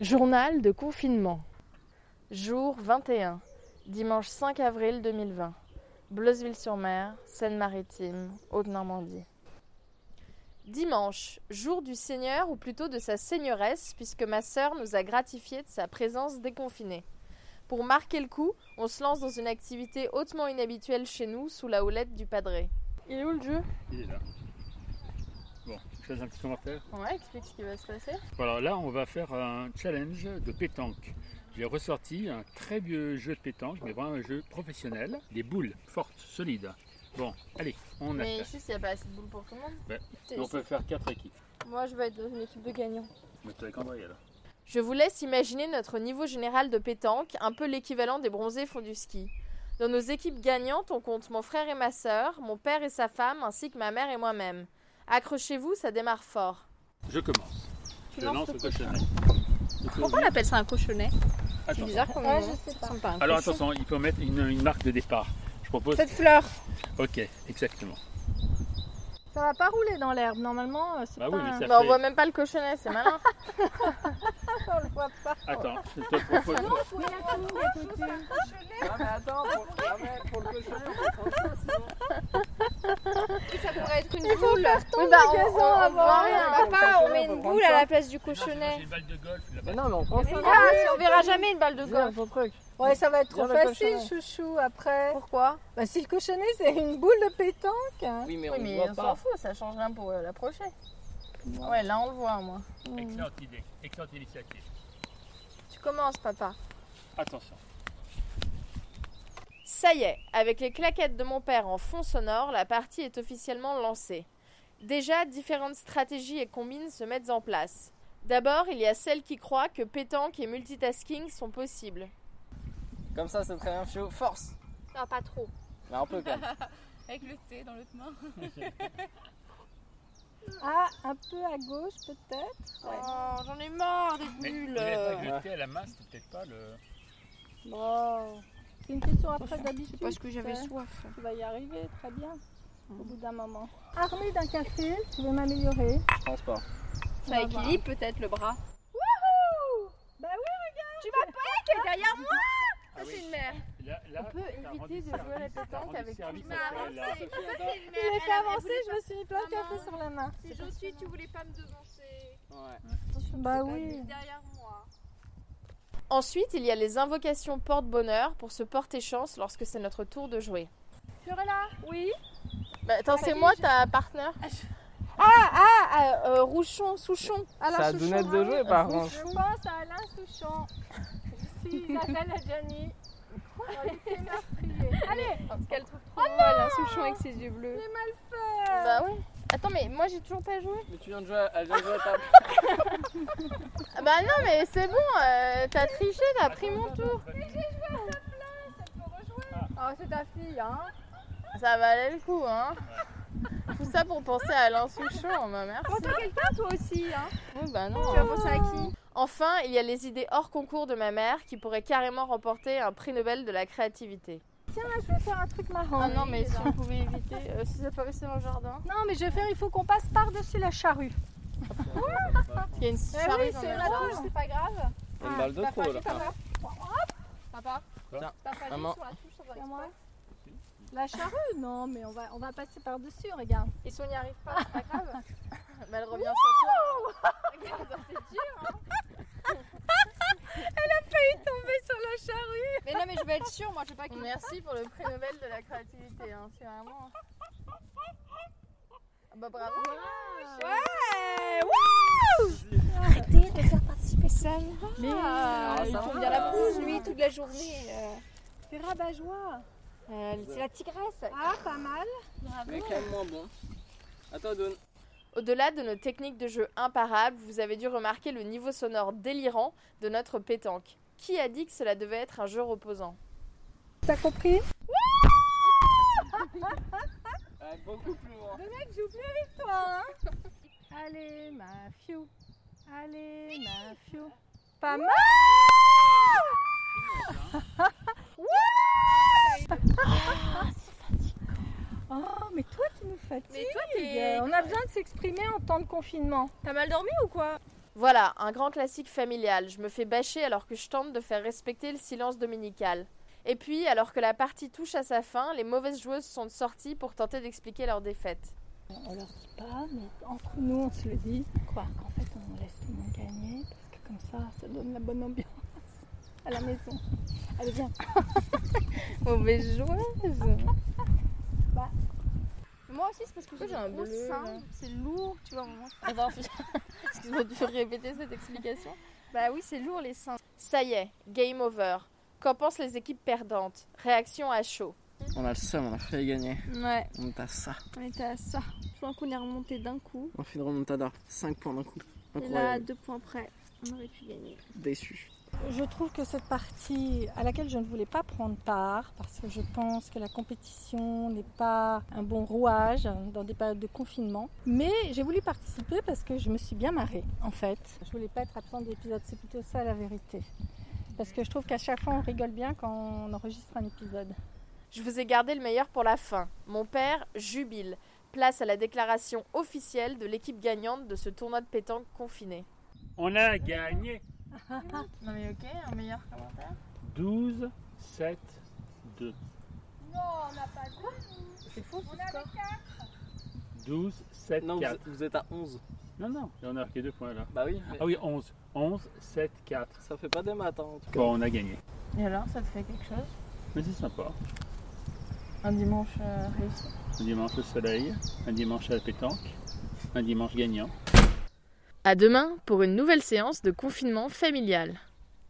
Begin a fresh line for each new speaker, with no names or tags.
Journal de confinement. Jour 21, dimanche 5 avril 2020. Bleuzeville-sur-Mer, Seine-Maritime, Haute-Normandie.
Dimanche, jour du Seigneur ou plutôt de sa Seigneuresse, puisque ma sœur nous a gratifié de sa présence déconfinée. Pour marquer le coup, on se lance dans une activité hautement inhabituelle chez nous, sous la houlette du padré.
Il est où le jeu
Il est là. Bon, je fais un petit commentaire.
Ouais, explique ce qui va se passer.
Voilà, là, on va faire un challenge de pétanque. J'ai ressorti un très vieux jeu de pétanque, mais vraiment un jeu professionnel. Des boules fortes, solides. Bon, allez, on
Mais
attaque.
ici, s'il n'y a pas assez de boules pour tout le monde.
Ouais.
T'es-
On peut faire quatre équipes.
Moi, je vais être dans une équipe de gagnants.
Mais tu avec André, là.
Je vous laisse imaginer notre niveau général de pétanque, un peu l'équivalent des bronzés font du ski. Dans nos équipes gagnantes, on compte mon frère et ma sœur, mon père et sa femme, ainsi que ma mère et moi-même. Accrochez-vous, ça démarre fort.
Je commence.
Tu
je
lances
lance
le
le cochonnet.
Pourquoi on appelle ça un cochonnet C'est
Attends.
bizarre comme
Ouais,
nom.
je sais
Ça ressemble pas à un
Alors
cochon.
attention, il faut mettre une, une marque de départ. Je propose.
Cette fleur
Ok, exactement.
Ça va pas rouler dans l'herbe, normalement, euh, c'est
Bah
pas...
oui, mais
un-
ça
Bah, on
fait-
voit même pas le cochonnet, c'est malin.
On le voit pas.
Attends, je te propose.
Non mais attends, pour, ah ouais, pour le cochonnet, on prend ça sinon.
Ça pourrait être une boule.
Oui, bah, on,
magasin
on- on
avant.
voit rien.
Papa,
cochonnet,
on met
on
une
peut prendre
boule à
ça.
la place du
J'ai
cochonnet.
une balle de golf là-bas.
Mais non mais on prend ça.
Ah, si on verra jamais une balle de
Viens,
golf.
ton truc.
Ouais, ça va être
Viens,
trop
le
facile,
cochonnet.
chouchou, après.
Pourquoi
Bah, si le cochonnet, c'est une boule de pétanque. hein.
Oui mais
Oui,
on
mais
voit
on s'en
pas.
fout, ça change rien pour euh, l'approcher. Ouais, là on le voit, moi.
Excellente idée, excellente initiative.
Tu commences, papa.
Attention.
Ça y est, avec les claquettes de mon père en fond sonore, la partie est officiellement lancée. Déjà, différentes stratégies et combines se mettent en place. D'abord, il y a celles qui croient que pétanque et multitasking sont possibles.
Comme ça c'est très bien chaud. Force
Non, pas trop.
Mais un peu quand même.
Avec le thé dans l'autre main.
Ah, un peu à gauche, peut-être.
Oh, j'en ai marre des
Mais il
Euh,
est jeté à la masse, c'est peut-être pas le.
Bon. C'est une question après d'habitude.
Parce que j'avais
tu sais.
soif.
Tu vas y arriver, très bien. Au bout d'un moment. Armée d'un café, je vais m'améliorer.
Je pense pas.
Ça équilibre peut-être le bras.
Bah
oui, regarde Tu vas pas, qui est derrière moi
Ah oui.
mère.
Là, là,
On peut
t'as
éviter
rendu
de jouer à la
service, t'as
pétanque
rendu
avec
service
tout
à
le monde.
celle-là.
Je l'ai fait avancer, je me suis mis plein de café sur la main.
Si je suis, tu voulais pas me devancer.
Ouais.
Ah
Bah oui.
derrière moi.
Ensuite, il y a les invocations porte-bonheur pour se porter chance lorsque c'est notre tour de jouer.
Fiorella Oui
Bah, attends, c'est moi ta partenaire
Ah, euh, Rouchon, Souchon.
Alain
Ça a
Souchon.
donné de jouer par contre.
Je pense à Alain Souchon. Je suis Isabelle Adjani.
Parce qu'elle trouve trop mal, un Souchon avec ses yeux bleus.
Bah oui. Attends, mais moi j'ai toujours pas joué.
Mais tu viens de jouer, à- elle vient de jouer à ta
Ah Bah non, mais c'est bon, euh, t'as triché, t'as pris mon tour.
Oh, c'est ta fille, hein
Ça valait le coup, hein. Tout ça pour penser à Alain Souchon, hein, ma mère.
Pense à quelqu'un, toi aussi, hein
Oui, bah non.
Tu vas penser à qui
Enfin, il y a les idées hors concours de ma mère qui pourraient carrément remporter un prix Nobel de la créativité.
Ah, je vais faire un truc marrant.
ah non, mais si on pouvait éviter, euh, si ça peut rester dans le jardin.
Non, mais je vais faire, il faut qu'on passe par-dessus la charrue.
Il y a une charrue dans
hein.
la-
touche, Eh c'est pas grave.
Une balle de trop là.
Papa
Tiens,
T'as pas
maman.
sur la touche, ça va
C'est à moi La charrue Non, mais on va, on va passer par-dessus, regarde.
Et si on n'y arrive pas, c'est pas grave.
Bah, elle revient sur toi.
Regarde, bah, c'est dur. Hein. Elle a failli tomber sur la charrue. Mais non, mais je vais être sûre, moi, je vais pas qu'il
Merci pour le prix Nobel de la créativité, hein, c'est vraiment. Ah Bah bravo.
Mais
Ah, il tombe bien la pousse, lui, toute la journée. euh.
c'est rabat-joie.
Euh, c'est la tigresse.
Ah, pas mal.
Mais quand même moins bon. À toi Dawn.
Au-delà de nos techniques de jeu imparables, vous avez dû remarquer le niveau sonore délirant de notre pétanque. Qui a dit que cela devait être un jeu reposant
T'as compris
Ouais, beaucoup plus loin.
hein. Allez, ma fiou. Allez, ma fiou. Pas mal Oh, mais toi, tu nous fatigues.
Mais toi,
On a besoin de s'exprimer en temps de confinement.
T'as mal dormi ou quoi
Voilà, un grand classique familial. Je me fais bâcher alors que je tente de faire respecter le silence dominical. Et puis, alors que la partie touche à sa fin, les mauvaises joueuses sont sorties pour tenter d'expliquer leur défaite.
On leur dit pas, mais entre nous, on se le dit. Quoi En fait, on laisse tout le monde gagner parce que comme ça, ça donne la bonne ambiance à la maison. Allez, viens.
Mauvaise joueuse.
Bah.
Moi aussi, c'est parce que j'ai
j'ai un
un gros
bleu,
sein,
là
c'est lourd, tu vois. Vraiment.
Eh ben, Excuse-moi de répéter cette explication.
Bah oui, c'est lourd les seins.
Ça y est, game over. Qu'en pensent les équipes perdantes Réaction à chaud.
On a le seum, on a failli gagner.
Ouais,
On est à ça.
on était à ça. Je pense qu'on est remonté d'un coup.
On fait une remontada. 5 points d'un coup.
Et là, à
Incroyable.
deux points près, on aurait pu gagner.
Déçu.
Je trouve que cette partie à laquelle je ne voulais pas prendre part, parce que je pense que la compétition n'est pas un bon rouage dans des périodes de confinement, mais j'ai voulu participer parce que je me suis bien marrée, en fait. Je voulais pas être absente d'épisode, c'est plutôt ça la vérité. Parce que je trouve qu'à chaque fois on rigole bien quand on enregistre un épisode.
Je vous ai gardé le meilleur pour la fin. Mon père jubile. Place à la déclaration officielle de l'équipe gagnante de ce tournoi de pétanque confiné.
On a gagné
Non mais ok, un meilleur commentaire.
12, 7, 2.
C'est fou ce score.
12, 7,
Non, vous,
4.
vous êtes à 11.
Non, non, là, on a marqué deux points là.
Bah oui, mais
Ah oui, 11. 11, 7, 4.
ça fait pas des maths. hein, en tout cas.
Bon, on a gagné.
Et alors, ça te fait quelque chose
Mais c'est sympa.
Un dimanche euh, réussi
Un dimanche au soleil, un dimanche à la pétanque, un dimanche gagnant.
À demain pour une nouvelle séance de confinement familial.